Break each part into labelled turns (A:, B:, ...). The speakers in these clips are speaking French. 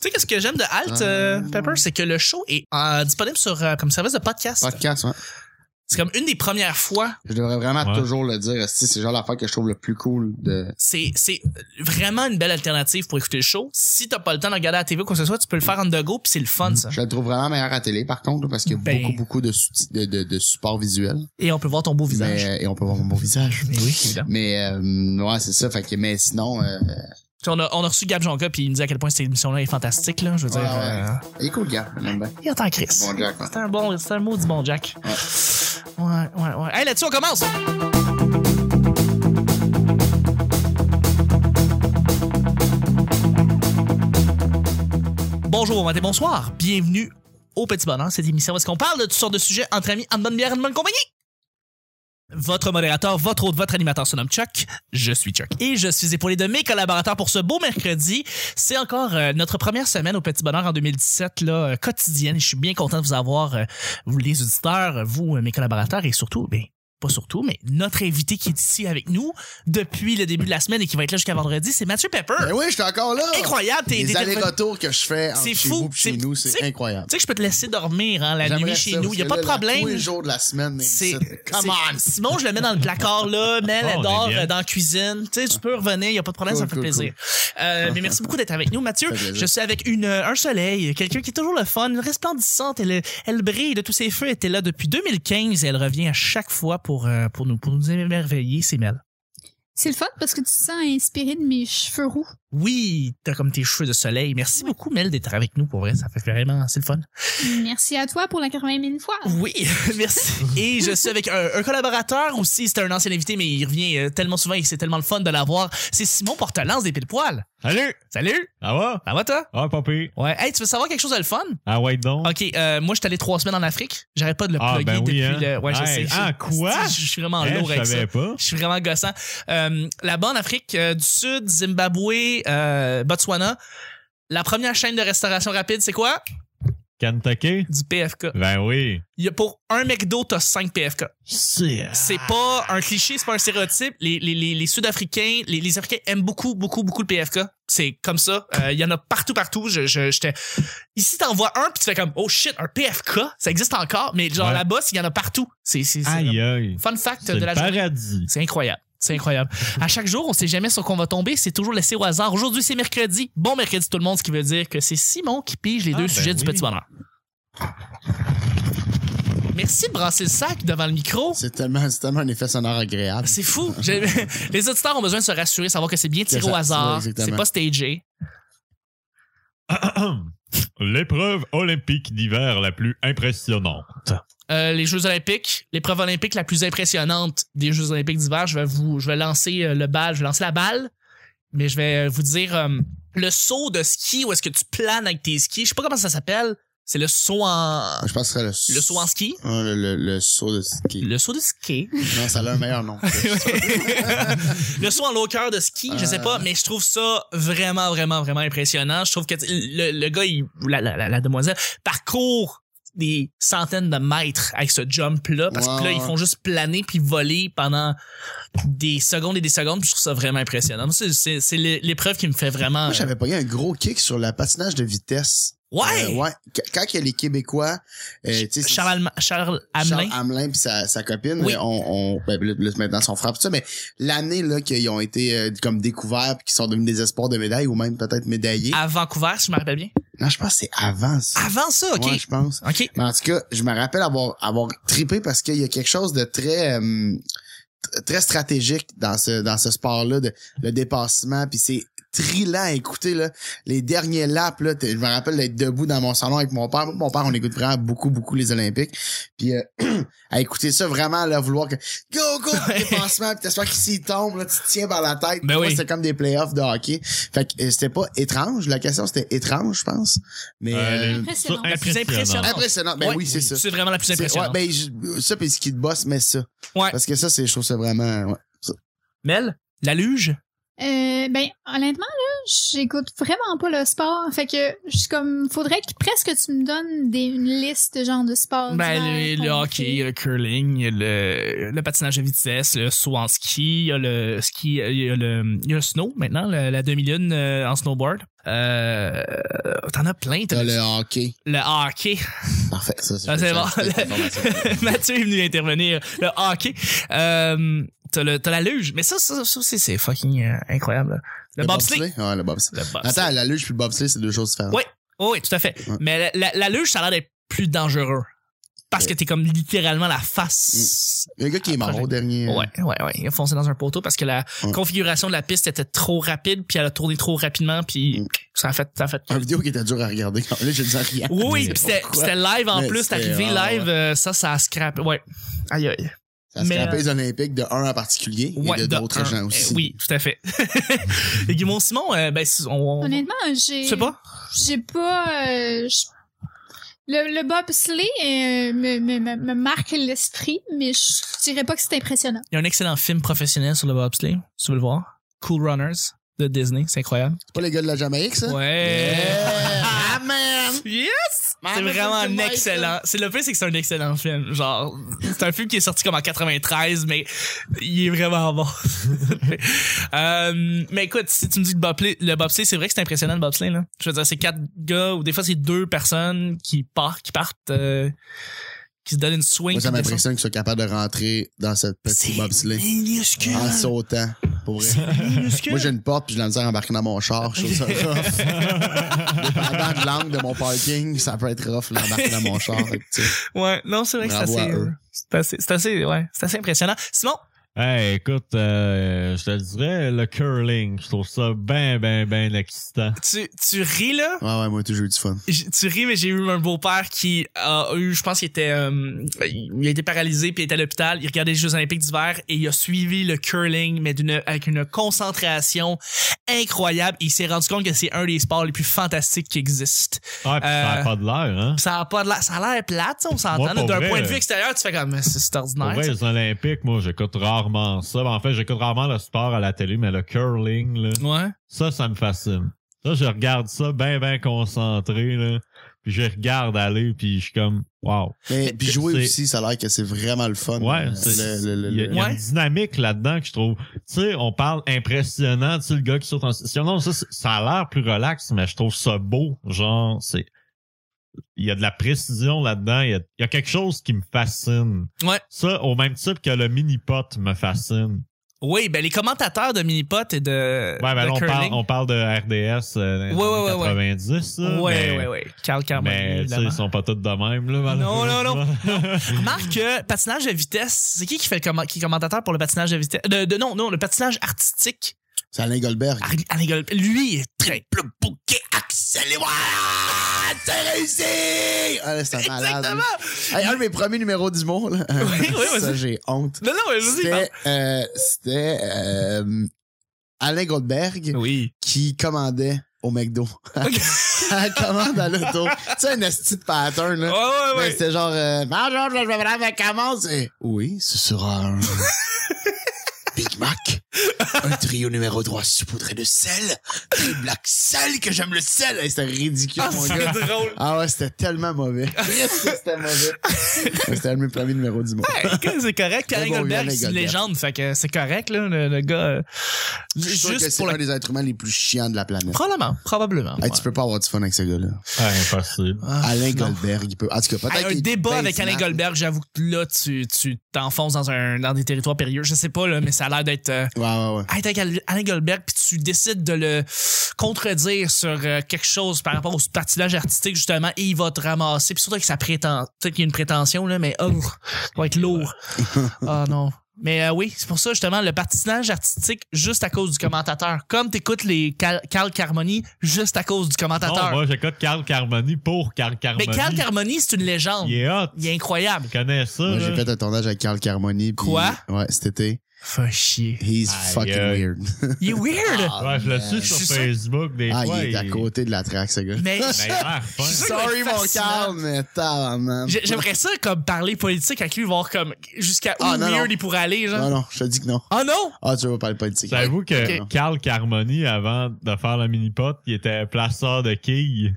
A: sais, qu'est-ce que j'aime de Alt euh, Pepper, c'est que le show est euh, disponible sur euh, comme service de podcast.
B: Podcast, ouais.
A: C'est comme une des premières fois.
B: Je devrais vraiment
C: Ouais.
B: toujours le dire. Si c'est genre l'affaire que je trouve le plus cool de.
A: C'est c'est vraiment une belle alternative pour écouter le show. Si t'as pas le temps de regarder la TV ou quoi que ce soit, tu peux le faire on the go, puis c'est le fun ça.
B: Je le trouve vraiment meilleur à télé, par contre, parce qu'il y a
A: Ben.
B: beaucoup, beaucoup de, sous- de, de, de support visuel.
A: Et on peut voir ton beau visage.
B: Mais, et on peut voir mon beau visage.
A: Mais hein. oui, évidemment.
B: Mais, euh, ouais, c'est ça. Fait que, mais sinon, euh,
A: Puis on a, on a reçu Gab Jonka, puis il nous dit à quel point cette émission-là est fantastique, là. Je veux dire,
B: Ouais, ouais.
A: euh,
B: il est cool, le gars. On l'aime bien.
A: il entend Chris.
B: Bon, Jack, ouais.
A: C'est un bon, c'est un mot du bon Jack. Ouais, ouais, ouais. Hey, là-dessus, on commence! Bonjour, bon matin, bonsoir. Bienvenue au Petit Bonheur, cette émission où est-ce qu'on parle de toutes sortes de sujets entre amis, en bonne bière, en bonne compagnie. Votre modérateur, votre hôte, votre animateur se nomme Chuck. Je suis Chuck. Et je suis épaulé de mes collaborateurs pour ce beau mercredi. C'est encore euh, notre première semaine au Petit Bonheur en 2017, là, euh, quotidienne. Et je suis bien content de vous avoir, euh, vous les auditeurs, euh, vous, euh, mes collaborateurs, et surtout, ben, pas surtout, mais notre invité qui est ici avec nous depuis le début de la semaine et qui va être là jusqu'à vendredi, c'est Mathieu Pepper.
B: Ben oui, je suis encore là.
A: Incroyable, t'es
B: Les
A: t'es-
B: allers-retours que je fais entre
A: C'est
B: chez
A: fou,
B: vous et chez
A: c'est-
B: nous, c'est
A: c'est-
B: incroyable.
A: Tu sais que je peux te laisser dormir hein, la nuit
B: J'aimerais
A: chez
B: ça,
A: nous.
B: parce
A: Il n'y a
B: que
A: pas
B: là,
A: de
B: là, Tous
A: problème.
B: les jours de la semaine,
A: C'est
B: c'est come
A: c'est-
B: on.
A: Simon, je le mets dans le placard là, Mel
C: Oh, on
A: elle
C: est
A: dort
C: bien.
A: euh, dans la cuisine. Tu sais, tu peux revenir, il y a pas de problème,
B: Cool,
A: ça me fait
B: cool,
A: plaisir. Euh, mais merci beaucoup d'être avec nous, Mathieu.
B: Ça fait plaisir.
A: Je suis avec une euh, un soleil, quelqu'un qui est toujours le fun, une resplendissante, elle elle brille de tous ses feux, elle était là depuis 2015 et elle revient à chaque fois pour euh, pour nous pour nous émerveiller, c'est Mel.
D: C'est le fun parce que tu te sens inspiré de mes cheveux roux.
A: Oui, t'as comme tes cheveux de soleil. Merci beaucoup, Mel, d'être avec nous pour vrai. Ça fait vraiment, c'est le fun.
D: Merci à toi pour la 80 000 fois.
A: Oui, merci. Et je suis avec un, un collaborateur aussi. C'était un ancien invité, mais il revient euh, tellement souvent et c'est tellement le fun de l'avoir. C'est Simon Portelance des Pile Poil.
C: Salut!
A: Salut!
C: Ça va?
A: Ça va, toi?
C: Ah, papy.
A: Ouais. Hey, tu veux savoir quelque chose de le fun?
C: Ah, ouais, donc.
A: Ok, euh, moi, je suis allé trois semaines en Afrique. J'arrête pas de le
C: Ah,
A: plugger
C: ben oui,
A: depuis
C: hein.
A: le. Ouais, je
C: Hey,
A: sais. je-
C: ah, quoi?
A: Je je suis vraiment
C: Eh,
A: lourd
C: je
A: avec ça.
C: savais pas.
A: Je suis vraiment gossant. Euh, Là-bas, en Afrique euh, du Sud, Zimbabwe, euh, Botswana, la première chaîne de restauration rapide, c'est quoi?
C: Kentucky?
A: Du PFK.
C: Ben oui.
A: Il y a pour un McDo, t'as 5 PFK.
C: C'est.
A: C'est pas un cliché, c'est pas un stéréotype. Les, les, les, les Sud-Africains, les, les Africains aiment beaucoup, beaucoup, beaucoup le PFK. C'est comme ça. Euh, Il y en a partout, partout. Je, je, j'étais- Ici, t'en vois un, puis tu fais comme, oh shit, un PFK, ça existe encore, mais genre
C: Ouais.
A: là-bas, il y en a partout. C'est, c'est, c'est-
C: Aïe, aïe.
A: Fun fact
C: C'est
A: de
C: le
A: la journée.
C: paradis.
A: C'est incroyable. C'est incroyable. À chaque jour, on sait jamais sur quoi on va tomber. C'est toujours laissé au hasard. Aujourd'hui, c'est mercredi. Bon mercredi tout le monde, ce qui veut dire que c'est Simon qui pige les
C: Ah,
A: deux
C: ben
A: sujets du
C: oui.
A: petit bonheur. Merci de brasser le sac devant le micro.
B: C'est tellement, c'est tellement un effet sonore agréable.
A: C'est fou. J'ai- Les auditeurs ont besoin de se rassurer, savoir que c'est bien tiré
B: Que ça-
A: au hasard.
B: ouais, exactement.
A: C'est pas stagé.
C: L'épreuve olympique d'hiver la plus impressionnante.
A: Euh, les Jeux Olympiques, l'épreuve olympique la plus impressionnante des Jeux Olympiques d'hiver, je vais vous, je vais lancer euh, le bal, je vais lancer la balle, mais je vais euh, vous dire euh, le saut de ski où est-ce que tu planes avec tes skis. Je sais pas comment ça s'appelle. C'est le saut en,
B: Ah, Je pense que le,
A: le saut en ski,
B: Ah, le, le, le saut de ski.
A: le saut de ski,
B: Non, ça a un meilleur nom.
A: le saut en loqueur de ski. Je sais pas, mais je trouve ça vraiment, vraiment, vraiment impressionnant. Je trouve que t- le, le gars, il, ou la, la, la, la demoiselle parcourt des centaines de mètres avec ce jump là parce que
B: Ouais,
A: là
B: ouais.
A: ils font juste planer puis voler pendant des secondes et des secondes puis je trouve ça vraiment impressionnant c'est c'est c'est l'é- l'épreuve qui me fait vraiment
B: Moi, j'avais pas eu un gros kick sur le patinage de vitesse.
A: ouais,
B: Euh, ouais. Qu- Quand il y a les Québécois, euh, tu sais,
A: Charles Alma- Charles Hamelin
B: Charles Hamelin pis sa, sa copine,
A: Oui.
B: euh, on, on ben, là, là, maintenant son frère pis ça, mais l'année là qu'ils ont été euh, comme découverts pis qu'ils sont devenus des espoirs de médaille ou même peut-être médaillés.
A: à Vancouver si je me rappelle bien
B: Non, je pense que c'est avant ça.
A: Ah. avant ça ok
B: Ouais, je Ah, pense.
A: ok
B: Mais en tout cas, je me rappelle avoir avoir trippé parce qu'il y a quelque chose de très euh, t- très stratégique dans ce dans ce sport-là, de le dépassement, puis c'est trilant à écouter là. Les derniers laps là, t'es- je me rappelle d'être debout dans mon salon avec mon père. Moi, Mon père, on écoute vraiment beaucoup beaucoup les Olympiques, puis euh, à écouter ça vraiment là, vouloir que go go
A: Ouais.
B: dépassement, puis t'espères qu'il s'y tombe là, tu te tiens par la tête.
A: Ben
B: Moi,
A: oui.
B: C'était comme des playoffs de hockey. Fait que euh, c'était pas étrange. La question c'était étrange, je pense. Mais
C: Euh,
B: euh,
C: les-
D: Impressionnante.
C: ça,
A: La plus impressionnante.
B: impressionnant. Ben
A: Ouais.
B: oui, c'est ça.
A: c'est vraiment la plus
B: C'est-
A: impressionnante
B: Ouais, ben, je- ça, puis ski de boss, mais ça.
A: Ouais.
B: Parce que ça, ben c'est, je trouve ça vraiment. Ouais.
A: Mel la luge
D: Euh, ben, honnêtement, là, j'écoute vraiment pas le sport. Fait que, je suis comme, faudrait que presque tu me donnes des, une liste de genre de sport.
A: Ben, le, le hockey, le curling, le, le patinage à vitesse, le saut en ski, il y a le ski, euh, il y a le, il y a le snow maintenant, le- la demi-lune euh, en snowboard. Euh, T'en as plein, t'as
B: T'as
A: le,
B: le hockey.
A: le hockey.
B: Parfait, ça,
A: Ah, c'est bon.
B: cette information.
A: Mathieu est venu intervenir. Le hockey. Euh, t'as le- t'as la luge. Mais ça, ça, ça aussi, c'est fucking euh, incroyable. Le, bobsleigh.
B: Ouais, le bobsleigh.
A: Le bobsleigh.
B: Attends, la luge puis le bobsleigh, c'est deux choses différentes.
A: Ouais. Oh, oui, tout à fait.
B: Ouais.
A: Mais la, la- la luge, ça a l'air d'être plus dangereux. Parce que t'es comme littéralement la face.
B: Il y a un gars qui est mort
A: Après,
B: au dernier.
A: Ah, Ouais,
B: euh,
A: ouais, ouais. Il a foncé dans un poteau parce que la
B: Ouais.
A: configuration de la piste était trop rapide, puis elle a tourné trop rapidement, puis
B: Mm.
A: ça a fait. Ça a fait...
B: Un vidéo qui était dur à regarder. Là, je dis rien.
A: Oui, oui, puis c'était
B: Pourquoi?
A: c'était live en
B: Mais
A: plus, c'est
B: c'était-
A: arrivé
B: ah,
A: live, euh, ça, ça a scrapé. Ouais. Aïe, aïe.
B: Ça se
A: mais, euh,
B: rappelle les Olympiques de un en particulier
A: Ouais,
B: et de d'autres
A: un.
B: gens aussi.
A: Euh, oui, tout à fait. Et Guimond Simon, euh, ben, si- on. on-
D: Honnêtement, j'ai.
A: Je sais pas.
D: J'ai pas. euh, je- le, le bobsleigh euh, me, me- me- me marque l'esprit, mais je dirais pas que c'est impressionnant.
A: Il y a un excellent film professionnel sur le bobsleigh, si tu veux le voir. Cool Runners de Disney, c'est incroyable.
B: C'est pas les gars de la Jamaïque, ça?
A: Ouais. Ah,
B: Yeah. man!
A: Yes! C'est
B: Man,
A: vraiment
B: c'est
A: un
B: du mic,
A: excellent. C'est le plus, c'est que c'est un excellent film. Genre, c'est un film qui est sorti comme en 93, mais il est vraiment bon. Euh, mais écoute, si tu me dis le bobsleigh, le bobsleigh, c'est vrai que c'est impressionnant le bobsleigh là. Je veux dire, c'est quatre gars ou des fois c'est deux personnes qui partent, qui partent, euh, qui se donnent une swing.
B: Moi, ça
A: qui descendent.
B: m'impressionne qu'ils soient capables de rentrer dans cette petite
A: C'est
B: bobsleigh
A: minuscule.
B: en sautant. Pour vrai.
A: C'est minuscule.
B: Ah, Moi, j'ai une porte puis j'ai de la misère à embarquer dans mon char. Je trouve ça rough. Dépendant de l'angle de mon parking, ça peut être rough l'embarquer dans mon char. Fait que, tu sais,
A: Ouais, non, c'est vrai que c'est
B: Bravo
A: assez,
B: à eux.
A: c'est assez, c'est assez, ouais, c'est assez impressionnant. Simon,
C: Hey, écoute, euh, je te dirais, le curling, je trouve ça ben, ben, ben excitant.
A: tu, tu ris là?
B: Ouais, ouais, moi, toujours eu du fun.
A: J- Tu ris, mais j'ai eu un beau-père qui a eu, je pense qu'il était, euh, il a été paralysé puis il était à l'hôpital. Il regardait les Jeux Olympiques d'hiver et il a suivi le curling, mais d'une, avec une concentration incroyable. Il s'est rendu compte que c'est un des sports les plus fantastiques qui existent.
C: Ah, pis ça
A: Euh,
C: a pas de l'air, hein?
A: Pis Ça a pas de l'air, ça a l'air plate, ça, on s'entend.
C: Moi,
A: là.
C: pour
A: D'un
C: vrai,
A: point de
C: euh,
A: vue extérieur, tu fais comme, Mais c'est c'est
C: Pour
A: ordinaire.
C: vrai,
A: ça.
C: les Olympiques, moi, j'écoute rarement ça. Ben, En fait, j'écoute rarement le sport à la télé, mais le curling, là,
A: Ouais.
C: ça, ça me fascine. Ça, je regarde ça ben, ben concentré, là. Puis je regarde aller, puis je suis comme, wow.
B: Mais puis jouer
C: C'est-
B: aussi, ça a l'air que c'est vraiment le fun.
C: Ouais,
B: Euh,
C: c'est-
B: le- le-
C: il y a,
B: le-
C: il y a
A: Ouais.
C: une dynamique là-dedans que je trouve. Tu sais, on parle impressionnant, tu sais, le gars qui saute en session. Non, ça, c'est- ça a l'air plus relax, mais je trouve ça beau. Genre, c'est. Il y a de la précision là-dedans. Il y a, il y a quelque chose qui me fascine.
A: Ouais.
C: Ça, au même type que le mini-pot me fascine.
A: Oui, ben, les commentateurs de Minipot et de.
C: Ouais, ben
A: de
C: là, on
A: curling.
C: parle, on parle de RDS euh, dans les
A: Ouais, ouais,
C: années
A: ouais,
C: 90. là,
A: Ouais,
C: mais,
A: ouais, ouais. Carl Carmoni,
C: Mais, tu sais,
A: évidemment.
C: ils sont pas tous de même, là,
A: Non, non, non.
C: malheureusement.
A: Remarque, euh, patinage à vitesse, c'est qui qui fait le commen- qui est commentateur pour le patinage à vitesse? De, de- non, non, le patinage artistique.
B: C'est Alain Goldberg.
A: Ar- Alain Gold- Lui, il est triple bouquet accéléré.
B: T'as réussi! Ah, là, c'est un malade.
A: Exactement!
B: Hey, un de mes premiers numéros d'humour, là.
A: Oui, oui,
B: ça,
A: vas-y.
B: j'ai honte.
A: Non, non, mais vas-y.
B: C'était, euh, c'était, euh, Alain Goldberg
A: parle. Oui.
B: qui commandait au McDo. Elle commande à l'auto. tu sais, un esti de pattern,
A: Ouais,
B: là.
A: ouais,
B: Mais
A: ouais.
B: C'était genre, euh, bonjour, je vais prendre ma commande. C'est, oui, ce sera un Big Mac, un trio numéro 3 saupoudré de sel, très black sel, que j'aime le sel. Hey, c'était ridicule,
A: Ah,
B: mon
A: c'est
B: gars.
A: drôle.
B: Ah ouais, c'était tellement mauvais. c'était mauvais. c'était un de mes premiers numéros du monde.
A: Ouais, ok, c'est correct. Puis
B: Très
A: Alain
B: bon
A: Goldberg,
B: gars, Alain
A: c'est une
B: Goldberg.
A: légende. Fait que c'est correct, là, le, le gars. euh,
B: Je suis sûr que
A: juste
B: c'est
A: pour
B: un
A: le.
B: des êtres humains les plus chiants de la planète.
A: Probablement, probablement.
B: Hey, tu peux pas avoir du fun avec ce gars-là.
C: Ah, impossible.
A: Ah,
B: Alain
A: non.
B: Goldberg, il peut. En tout cas,
A: Hey,
B: peut-être
A: un
B: qu'il est
A: débat avec
B: baisement.
A: Alain Goldberg, j'avoue que là, tu tu t'enfonces dans, un, dans des territoires périlleux. Je sais pas, là, mais ça a l'air d'être. euh,
B: Ouais, ouais, ouais.
A: être avec Al- Alain Goldberg puis tu décides de le contredire sur euh, quelque chose par rapport au patinage artistique justement et il va te ramasser puis surtout avec sa prétention peut-être qu'il y a une prétention là mais oh ça va être lourd ah non mais euh, oui c'est pour ça justement le patinage artistique juste à cause du commentateur comme t'écoutes les Cal- Carl Carmoni juste à cause du
C: Non,
A: commentateur
C: moi, j'écoute Carl Carmoni pour Carl
A: mais
C: Carmoni.
A: Carl Carmoni c'est une légende
C: Il est hot.
A: il est incroyable
C: Tu connais ça.
B: Moi,
C: là.
B: j'ai fait un tournage avec Carl Carmoni. puis-
A: Mm-hmm. Quoi?
B: Ouais, cet été.
A: Fais chier.
B: He's
C: Aïe,
B: fucking
C: aïe.
B: weird.
A: Il est weird!
B: Ah,
C: Ouais, je le
B: man.
C: suis sur
A: Je suis sûr-
C: Facebook des
B: Ah,
C: fois.
B: il est à
C: il-
B: côté de la traque, ce gars.
A: Mais
C: Ben, il a l'air fin.
A: Je suis sûr-
B: Sorry, mon
A: fascinant.
B: Carl, mais tabarnak.
A: j'ai- j'aimerais ça, comme, parler politique avec lui, voir, comme, jusqu'à où
B: Ah, non,
A: weird
B: non.
A: il pourrait aller, genre.
B: Non, non, je te dis que non.
A: Ah non!
B: Ah, tu veux pas parler politique.
C: Savez-vous que
B: Ok.
C: Carl Carmoni, avant de faire la mini-pot, il était placeur de quilles.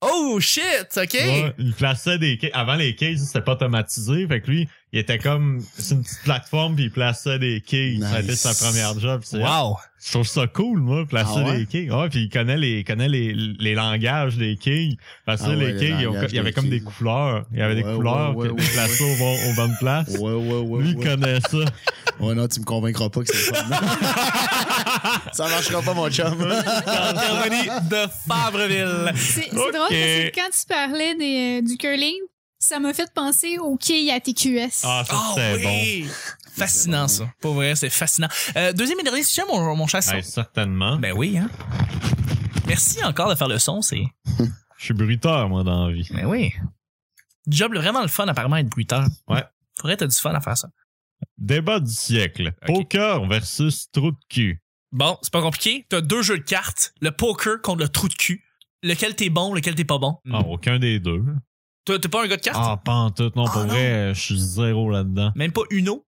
A: Oh shit, ok!
C: Ouais, il plaçait des quilles. Avant, les quilles, c'était pas automatisé. Fait que lui, il était comme... C'est une petite plateforme, puis il plaçait des quilles. Ça a été
B: Nice.
C: sa première job. c'est-
A: Wow!
C: Je trouve ça cool, moi, placer
B: Ah ouais?
C: des quilles. Ouais, puis il connaît les, il connaît les, les langages des quilles. Parce que
B: Ah ouais,
C: les
B: les
C: quilles, ils ont-
B: langages
C: il y avait
B: des
C: comme des
B: quilles.
C: couleurs. Il y avait des
B: Ouais,
C: couleurs
B: ouais,
C: qui
B: ouais,
C: étaient placées au bon- aux bonnes places.
B: Ouais, ouais, ouais.
C: Lui, il
B: ouais.
C: connaît ça.
B: Ouais, non, tu me convaincras pas que c'est ça. ça marchera pas, mon chum.
A: Harmonie de Fabreville!
D: C'est c'est
C: Ok.
D: drôle parce que quand tu parlais des, euh, du curling, ça m'a fait penser au quilles à TQS.
C: Ah, ça,
A: Ah
C: c'était
A: oui! Fascinant, ça. Pour vrai, c'est fascinant. Euh, deuxième et dernier sujet, mon, mon cher
C: bon.
A: Sam.
C: Ouais, certainement.
A: Ben oui, hein. Merci encore de faire le son, c'est.
C: Je suis bruiteur, moi, dans la vie.
A: Ben oui. Job vraiment le fun, apparemment, être bruiteur.
C: Ouais.
A: Faudrait être du fun à faire ça.
C: Débat du siècle.
A: Ok.
C: Poker versus trou de cul.
A: Bon, c'est pas compliqué. T'as deux jeux de cartes, le poker contre le trou de cul. Lequel t'es bon, lequel t'es pas bon.
C: Ah, aucun des deux.
A: T'as- T'es pas un gars de cartes?
C: Ah, pas en tout. Non,
A: Ah,
C: pour
A: non.
C: vrai, je suis zéro là-dedans.
A: Même pas Uno.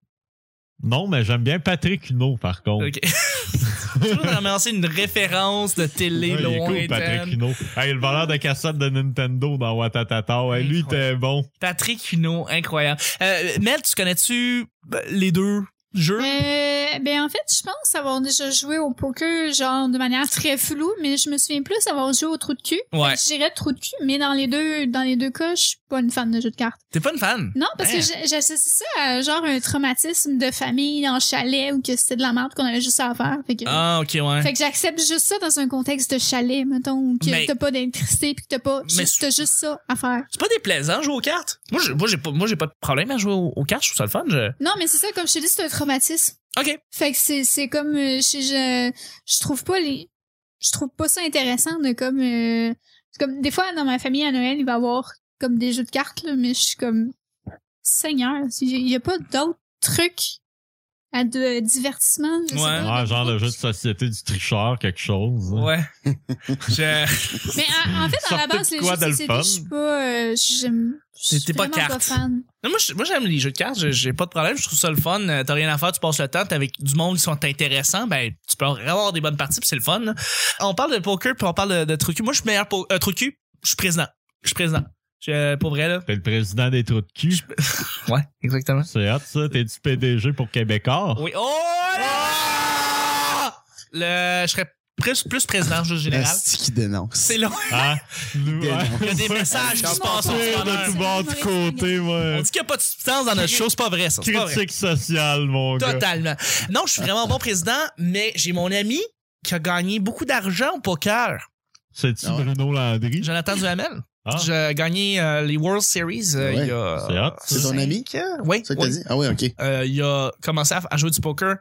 C: Non, mais j'aime bien Patrick Huneau, par contre.
A: Ok. Toujours ramassé une référence de télé
C: Ouais, Ah, il est
A: loin.
C: cool, Patrick
A: Patrick.
C: Huneau. Hey, le voleur de cassette de Nintendo dans Watatata. Ouais, lui, il était bon.
A: Patrick Uno, incroyable. Euh, Mel, tu connais-tu ben, les deux jeux?
D: Euh, ben en fait, je pense avoir déjà joué au poker genre de manière très floue, mais je me souviens plus avoir joué au trou de cul.
A: Ouais.
D: Je dirais trou de cul, mais dans les deux dans les deux cas, je suis pas une fan de jeux de cartes.
A: T'es pas une fan?
D: Non, parce
A: Ouais.
D: que j'a- j'associe ça à genre un traumatisme de famille en chalet ou que c'était de la merde qu'on avait juste à faire. Fait que,
A: Ah, ok, ouais.
D: fait que j'accepte juste ça dans un contexte de chalet, mettons, où que
A: Mais-
D: t'as pas d'électricité puis que t'as pas,
A: Mais-
D: juste- t'as juste ça à faire.
A: C'est pas déplaisant jouer aux cartes. Moi, je- moi, j'ai pas, moi, j'ai pas de problème à jouer aux, aux cartes. Je trouve ça le fun. je-
D: Non, mais c'est ça, comme je te dis, c'est un traumatisme.
A: Ok.
D: Fait que c'est c'est comme euh, je, je je trouve pas les je trouve pas ça intéressant de comme euh, c'est comme des fois dans ma famille à Noël il va y avoir comme des jeux de cartes là, mais je suis comme Seigneur il y a pas d'autres trucs à de divertissement je sais
A: Ouais.
D: pas.
C: Ah, genre le jeu de société du tricheur, quelque chose. hein.
A: Ouais. Je-
D: mais en- en fait à la
C: Sortez
D: base
C: de
D: les
C: quoi
D: jeux de
C: de le
D: société,
C: fun?
D: je suis pas euh, j'aime je
A: T'es
D: suis
A: pas
D: vraiment
A: carte.
D: fan
A: Non, moi, je- moi, j'aime les jeux de cartes. J'ai- J'ai pas de problème. Je trouve ça le fun. Euh, T'as rien à faire. Tu passes le temps. T'es avec du monde qui sont intéressants. Ben, tu peux avoir des bonnes parties. Puis c'est le fun. là. On parle de poker. Puis on parle de, de trucs. Moi, je suis meilleur pour euh, trucs. Je suis président. Je suis président. Je- pour vrai, là.
C: T'es le président des trous de cul.
A: Ouais, exactement.
C: C'est hot, ça. T'es du PDG pour Québécois.
A: Oui. Oh là! Le, je serais plus, plus président, juste général.
B: C'est qui dénonce.
A: C'est long.
C: Hein? Nous, hein?
B: Bien,
C: ouais.
A: Il y a des messages qui se passent. en ce moment.
C: de tout bord de côté,
A: On
C: moi.
A: dit qu'il n'y a pas de substance dans notre show, c'est pas vrai, ça. C'est pas vrai.
C: Critique sociale, mon gars.
A: Totalement. Non, je suis vraiment bon président, mais j'ai mon ami qui a gagné beaucoup d'argent au poker.
C: C'est-tu
B: Ah ouais.
C: Bruno Landry?
A: Jonathan Duhamel.
C: Ah.
A: J'ai gagné euh, les World Series euh,
B: Ouais.
A: il y a...
C: C'est hot,
B: C'est ton
A: cinq
B: ami?
A: ans. Oui,
B: C'est ça que t'as
A: oui.
B: dit? Ah oui, ok.
A: Euh, il a commencé à, à jouer du poker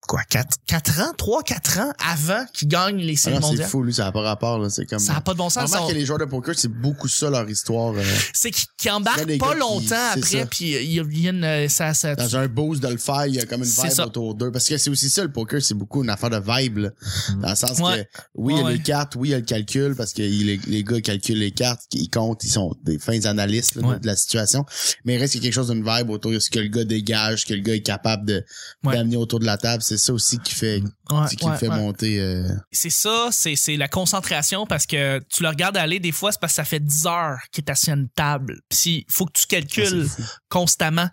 A: quoi 4, ans 3 4 ans avant qu'il gagne les
B: Ah
A: séries
B: non, c'est
A: mondiales
B: fou, lui, ça n'a pas rapport, là. C'est comme.
A: ça n'a pas de bon sens
B: Remarque
A: son-
B: que les joueurs de poker, c'est beaucoup ça leur histoire. euh,
A: c'est qu'ils qu'ils
B: C'est
A: embarquent
B: des
A: pas
B: gars qui-
A: longtemps
B: c'est
A: après
B: ça.
A: puis euh, ils viennent euh, ça, ça
B: dans un boost de le faire, il y a comme une
A: C'est
B: vibe
A: ça.
B: autour d'eux. Parce que c'est aussi ça, le poker, c'est beaucoup une affaire de vibe, là.
C: Mm.
B: Dans le sens
A: Mhm. Ouais.
B: que, oui, il y a
A: Ouais.
B: les cartes, oui, il y a le calcul, parce que il- les, les gars calculent les cartes, ils comptent, ils sont des fins analystes là, de-
A: Ouais.
B: de la situation. Mais il reste qu'il y a quelque chose d'une vibe autour de ce que le gars dégage, ce que le gars est capable de
A: Ouais.
B: d'amener autour de la table. C'est ça aussi qui fait,
A: Ouais,
B: qui
A: ouais,
B: le fait
A: ouais.
B: monter. euh,
A: c'est ça, c'est, c'est la concentration parce que tu le regardes aller des fois, c'est parce que ça fait 10 heures qu'il est assis à une table. Puis il faut que tu calcules
B: c'est fou.
A: constamment.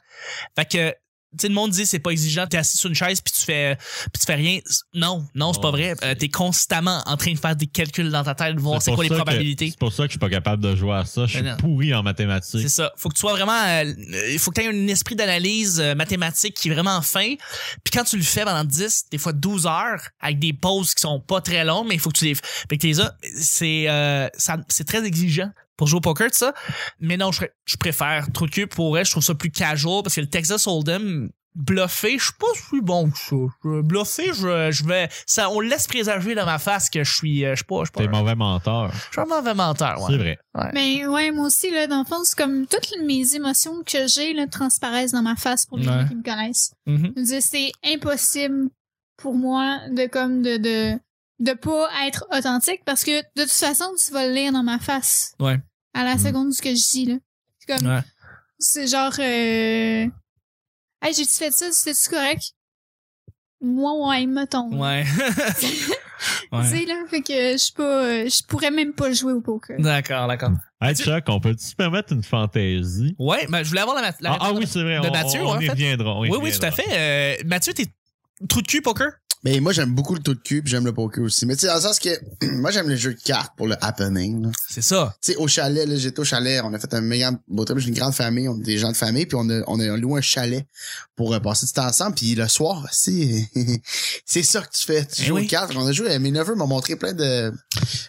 A: Fait que tu sais, le monde dit c'est pas exigeant, t'es assis sur une chaise puis tu fais puis tu fais rien. Non, non, c'est
C: Oh,
A: pas vrai.
C: c'est-
A: Euh, t'es constamment en train de faire des calculs dans ta tête, voir c'est,
C: pour
A: quoi les
C: ça que-
A: probabilités.
C: C'est pour ça que je suis pas capable de jouer à ça. Je
A: Mais non.
C: suis pourri en
A: C'est
C: mathématiques.
A: ça. Faut que tu sois vraiment. euh, euh, Il faut que tu aies un esprit d'analyse euh, mathématique qui est vraiment fin. Puis quand tu le fais pendant 10, des fois 12 heures, avec des pauses qui sont pas très longues, mais il faut que tu les. Fait que t'es là, c'est, euh, ça- c'est très exigeant pour jouer au poker, tout ça. Mais non, je, serais- je préfère trop de cul. Pour vrai, je trouve ça plus casual parce que le Texas Hold'em, Bluffé, je suis pas si bon que ça. Je- Bluffé, je, je vais. Ça, on laisse présager dans ma face que je suis. euh, Je suis pas. Je suis pas
C: T'es
A: un,
C: mauvais menteur.
A: je suis un mauvais menteur, ouais.
C: C'est vrai.
D: Mais Ben, ouais, moi aussi, là, dans le fond, c'est comme toutes mes émotions que j'ai, là, transparaissent dans ma face pour les gens
A: Ouais.
D: qui me connaissent.
A: Mhm.
D: Je veux dire, c'est impossible pour moi de, comme, de, de, de pas être authentique parce que, de toute façon, tu vas le lire dans ma face.
A: Ouais.
D: À la
C: Mhm.
D: seconde, ce que je dis, là. C'est comme,
A: Ouais.
D: c'est genre, euh, hey, j'ai-tu fait ça? C'était-tu correct? Moi, ouais, mettons.
A: Ouais.
D: Tu
A: ouais.
D: sais, là, fait que je suis pas, euh, je pourrais même pas jouer au poker.
A: D'accord, d'accord.
C: Hey
A: Tu-
C: Chuck, on peut-tu se permettre une fantaisie?
A: Ouais, mais je voulais avoir la, mat- la
C: Ah, ah
A: réponse.
C: oui, c'est vrai.
A: de
C: on,
A: Mathieu,
C: on
A: en
C: y
A: fait.
C: reviendra. on y
A: Oui, oui, tout à
C: reviendra.
A: fait. Euh, Mathieu, t'es trou de cul poker?
B: Mais moi, j'aime beaucoup le taux de cul, puis j'aime le poker aussi. Mais tu sais, dans le sens que moi, j'aime le jeu de cartes pour le happening. là.
A: C'est ça.
B: Tu sais, au chalet, là, j'étais au chalet, on a fait un méga beau trip, j'ai une grande famille, on est des gens de famille, puis on a, on a loué un chalet pour euh, passer du temps ensemble. Puis le soir, c'est c'est ça que tu fais. Tu
A: Eh
B: joues
A: oui.
B: aux cartes. On a joué, euh, mes neveux m'ont montré plein de...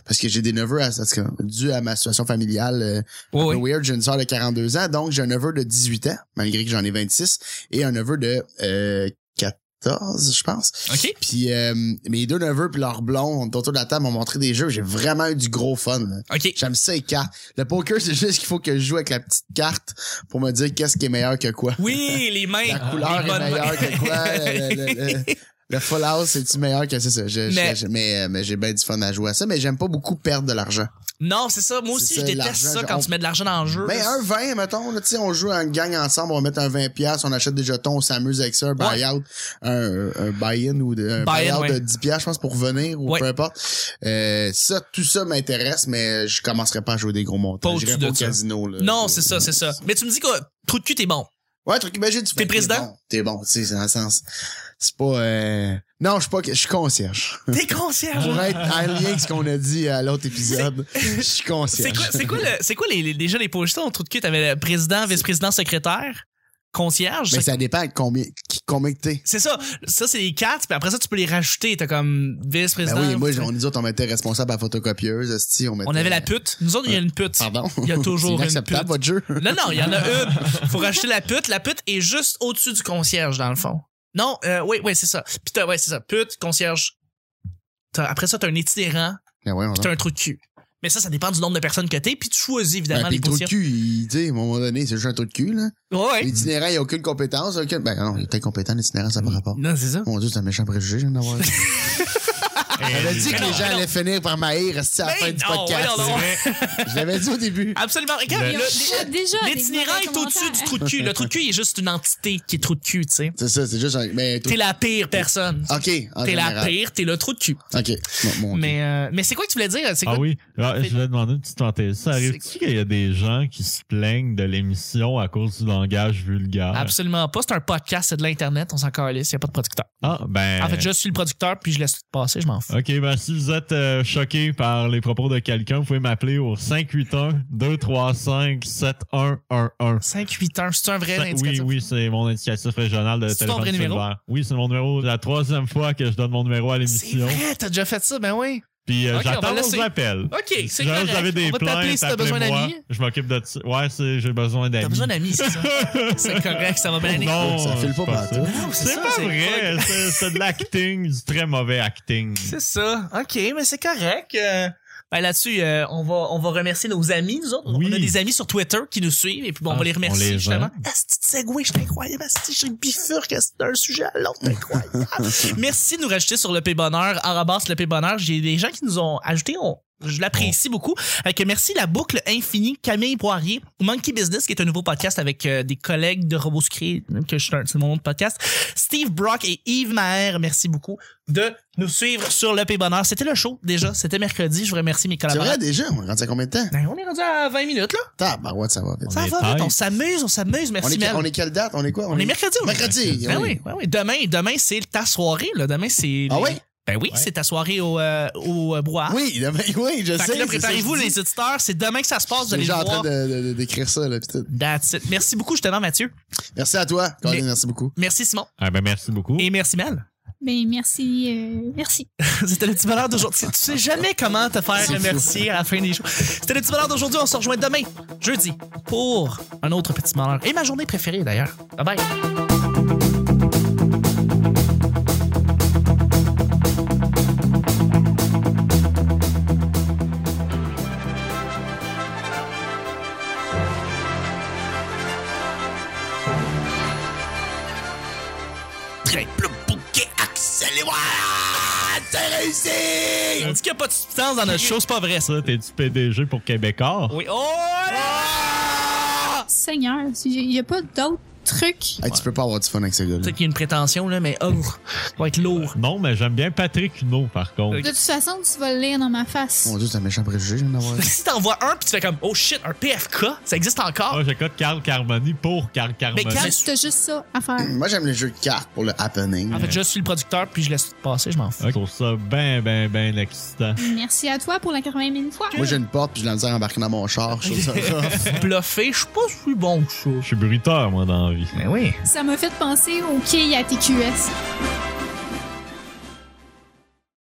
B: Parce que j'ai des neveux, à, parce que, dû à ma situation familiale... euh,
A: Oui,
B: le
A: oui.
B: Weird, j'ai une soeur de 42 ans, donc j'ai un neveu de 18 ans, malgré que j'en ai 26, et un neveu de euh, 14, je pense.
A: OK.
B: Puis euh, mes deux neveux puis leur blond autour de la table m'ont montré des jeux. J'ai vraiment eu du gros fun. là.
A: OK.
B: J'aime ça les cartes. Le poker, c'est juste qu'il faut que je joue avec la petite carte pour me dire qu'est-ce qui est meilleur que quoi.
A: Oui, les mains.
B: La couleur
A: Ah, les
B: est
A: bonnes mains.
B: meilleure que quoi. le, le- le- le full house, c'est-tu meilleur que c'est ça? Je- je-
A: Mais-
B: je- mais euh, mais j'ai bien du fun à jouer à ça, mais j'aime pas beaucoup perdre de l'argent.
A: Non, c'est ça. Moi aussi,
B: C'est
A: je
B: ça,
A: déteste
B: l'argent,
A: ça
B: je-
A: quand
B: on-
A: tu mets de l'argent dans le jeu.
B: Ben,
A: là.
B: un 20, mettons, là, tu sais, on joue en gang ensemble, on va mettre un 20$, piastres, on achète des jetons, on s'amuse avec ça, un
A: Ouais.
B: buy-out, un, un buy-in ou de- un
A: Buy-in,
B: buy-out
A: ouais.
B: de 10$, piastres, je pense, pour revenir ou
A: Ouais.
B: peu importe. Euh, ça, tout ça m'intéresse, mais je commencerai pas à jouer des gros
A: Pas
B: montants.
A: au-dessus
B: J'irai pas au
A: de ça.
B: casino, là.
A: Non,
B: Je-
A: c'est ça, c'est ça. Mais tu me dis que trou de cul, t'es bon.
B: Ouais, truc, ben, j'ai du
A: T'es
B: ben,
A: président?
B: bon, T'es bon, tu sais, c'est dans le sens. C'est pas, euh, non, je suis pas, je suis concierge.
A: T'es concierge.
B: Pour être en lien avec ce qu'on a dit à l'autre épisode, je suis
A: C'est
B: concierge.
A: quoi, c'est quoi, le- c'est quoi les, les- déjà les positions en trou de cul? T'avais le président, vice-président, secrétaire, concierge.
B: Mais
A: sec-
B: ça dépend combien, qui- combien que t'es.
A: C'est ça. Ça, c'est les quatre. Puis après ça, tu peux les rajouter. T'as comme vice-président.
B: Ben oui, moi, on, nous autres, on mettait responsable à la photocopieuse, esti, on mettait...
A: on avait la pute. Nous autres, il y a une pute.
B: euh, Pardon?
A: Il y a toujours une
B: C'est inacceptable,
A: pute.
B: votre jeu.
A: Non, non, il y en a une. Faut rajouter la pute. La pute est juste au-dessus du concierge, dans le fond. Non, euh, oui, oui, c'est ça. Puis t'as- ouais, c'est ça. Pute, concierge. T'as- après ça, t'as un itinérant,
B: Ben ouais, on
A: puis t'as un trou de cul. Mais ça, ça dépend du nombre de personnes que t'es, puis tu choisis évidemment
B: ben,
A: les
B: puis le trou de
A: positions.
B: cul, il, tu sais, à un moment donné, c'est juste un trou de cul, là.
A: Ouais, ouais.
B: L'itinérant, il n'y a aucune compétence, aucune... Ben non, il est incompétent, l'itinérant,
A: Mm.
B: ça n'a pas rapport.
A: Non, c'est ça.
B: Mon dieu, c'est un méchant préjugé, j'aime d'avoir.
C: Et-
B: J'avais dit que les gens
A: non.
B: allaient finir par maïr, esti, à la
A: Ben
B: fin du
A: non, Ah.
B: podcast. Ben,
A: voyons donc.
B: Je l'avais dit au début.
A: Absolument. Regarde,
C: Le-
A: il y a-
D: Déjà- déjà, des
A: l'itinérant
D: mauvais
A: est au-dessus du
D: commentaires.
A: trou de cul. Le trou de cul il est juste une entité qui est trou de cul, tu sais.
B: C'est ça, c'est juste un... Mais, un trou
A: T'es
B: de-
A: la pire personne.
B: OK, en
A: T'es la
B: général.
A: pire, t'es le trou de cul.
B: OK, mon, mon
A: Mais, euh, mais c'est quoi que tu voulais dire? C'est quoi?
C: Ah oui, Ah, je voulais demander une petite fantaisie. Ça
A: C'est
C: arrive-tu
A: quoi?
C: qu'il y a des gens qui se plaignent de l'émission à cause du langage vulgaire?
A: Absolument pas. C'est un podcast, c'est de l'Internet. On s'en calisse. Il n'y a pas de producteur.
C: Ah, ben.
A: En fait, je suis le producteur, puis je laisse tout passer. Je m'en fous.
C: OK, ben si vous êtes euh, choqué par les propos de quelqu'un, vous pouvez m'appeler au
A: 5-8
C: 581-235-7111.
A: c'est un vrai
C: Ça- Oui,
A: indicatif.
C: oui, c'est mon indicatif régional de
A: C'est ton
C: téléphone
A: vrai numéro?
C: cellulaire. Oui, c'est mon numéro. La troisième fois que je donne mon numéro à
A: C'est
C: l'émission.
A: vrai, t'as déjà fait ça, ben oui.
C: Puis euh,
A: Ok, on va
C: j'attends
A: laisser.
C: vos appels.
A: Ok, c'est
C: Si
A: correct.
C: jamais vous avez des
A: On va t'appeler
C: plaintes,
A: si t'as besoin
C: appelez-moi.
A: d'amis.
C: Je m'occupe de ça. Ouais, c'est- j'ai besoin d'amis.
A: T'as besoin d'amis, c'est ça. C'est correct, ça va bien aller.
C: Non,
B: Ça file pas
C: c'est
B: partout.
C: ça.
A: Non,
C: C'est
A: ça,
C: pas
A: c'est
C: vrai, c'est c'est de l'acting, du très mauvais acting.
A: C'est ça. OK, mais c'est correct. Euh, ben là-dessus, euh, on, va, on va remercier nos amis, nous autres.
C: Oui.
A: On a des amis sur Twitter qui nous suivent et puis bon, on
C: Ah,
A: va les remercier
C: on les
A: justement.
C: aime.
A: Asti de segway, je suis incroyable. Asti, je bifurque d'un sujet à l'autre. Incroyable. Merci de nous rajouter sur le P Bonheur, Arabas le P Bonheur. J'ai des gens qui nous ont ajouté. On, je l'apprécie beaucoup. Fait que merci la boucle infinie, Camille Poirier, Monkey Business, qui est un nouveau podcast avec euh, des collègues de Robots Sucrés, que je suis un- c'est mon nom de podcast. Steve Brock et Yves Maher, merci beaucoup de nous suivre sur le P Bonheur. C'était le show déjà, c'était mercredi. Je vous remercie mes
B: C'est vrai,
A: collaborateurs.
B: déjà, on est rendu à combien de temps?
A: Ben, on est rendu à 20 minutes là.
B: Tabarouette, ça va vite.
C: On
A: Ça
C: est
A: va vite,
C: tight.
A: on s'amuse, on s'amuse.
B: On
A: Merci
B: est,
A: Mel.
B: on est quelle date? On est quoi?
A: On est mercredi aujourd'hui.
B: Mercredi.
A: Ben oui, oui, oui. Demain, demain c'est ta soirée là. Demain c'est
B: Ah
A: les-
B: oui?
A: Ben oui,
C: Ouais.
A: c'est ta soirée au euh, au euh, bois.
B: Oui, demain, oui, je
A: Fait que
B: sais.
A: là, préparez-vous les auditeurs, c'est demain que ça se passe, vous
B: J'ai
A: allez le
B: déjà en
A: voir.
B: train de- de- de- d'écrire ça, là, putain.
A: That's it. Merci beaucoup justement Mathieu.
B: Merci à toi, Colin,
A: Mais-
B: merci beaucoup.
A: Merci Simon
C: Ah ben merci beaucoup.
A: et merci Mel.
D: Ben, merci, euh, merci.
A: C'était le petit bonheur d'aujourd'hui. Tu sais jamais comment te faire
B: C'est
A: remercier à la fin des jours. C'était le petit bonheur d'aujourd'hui. On se rejoint demain, jeudi, pour un autre petit bonheur. Et ma journée préférée, d'ailleurs. Bye bye. On dit qu'il n'y a pas de substance dans notre show, c'est pas vrai, ça.
C: Ça, t'es du PDG pour Québécois.
A: Oui. Oh là!
D: Seigneur, il n'y a pas d'autres trucs.
B: Hey, Tu peux pas avoir du fun avec ce
A: Tu
B: gars-là.
A: sais qu'il y a une prétention, là, mais oh, ça va être lourd.
C: Non, mais j'aime bien Patrick Huneau, par contre.
D: De toute façon, tu vas le lire dans ma face.
B: Mon dieu, c'est un méchant préjugé, j'aime d'avoir.
A: Si t'en vois un, puis tu fais comme, oh shit, un PFK, ça existe encore.
C: Ah, j'écoute Carl Carmoni pour Carl Carmoni.
A: Mais Carl-
D: Juste, t'as juste ça à faire.
B: Moi, j'aime les jeux de cartes pour le happening.
A: En fait, je suis le producteur, puis je laisse tout passer, je m'en fous.
C: Je trouve ça bien, bien, bien excitant.
D: Merci à toi pour la 80 000 fois.
B: Moi, j'ai une porte puis je la misère à embarquer dans mon char. Je trouve ça rough.
A: Bluffé, je suis pas si bon que ça. Ben
C: Je suis bruiteur, moi, dans la vie.
A: Mais oui.
D: Ça m'a fait penser au quai à TQS.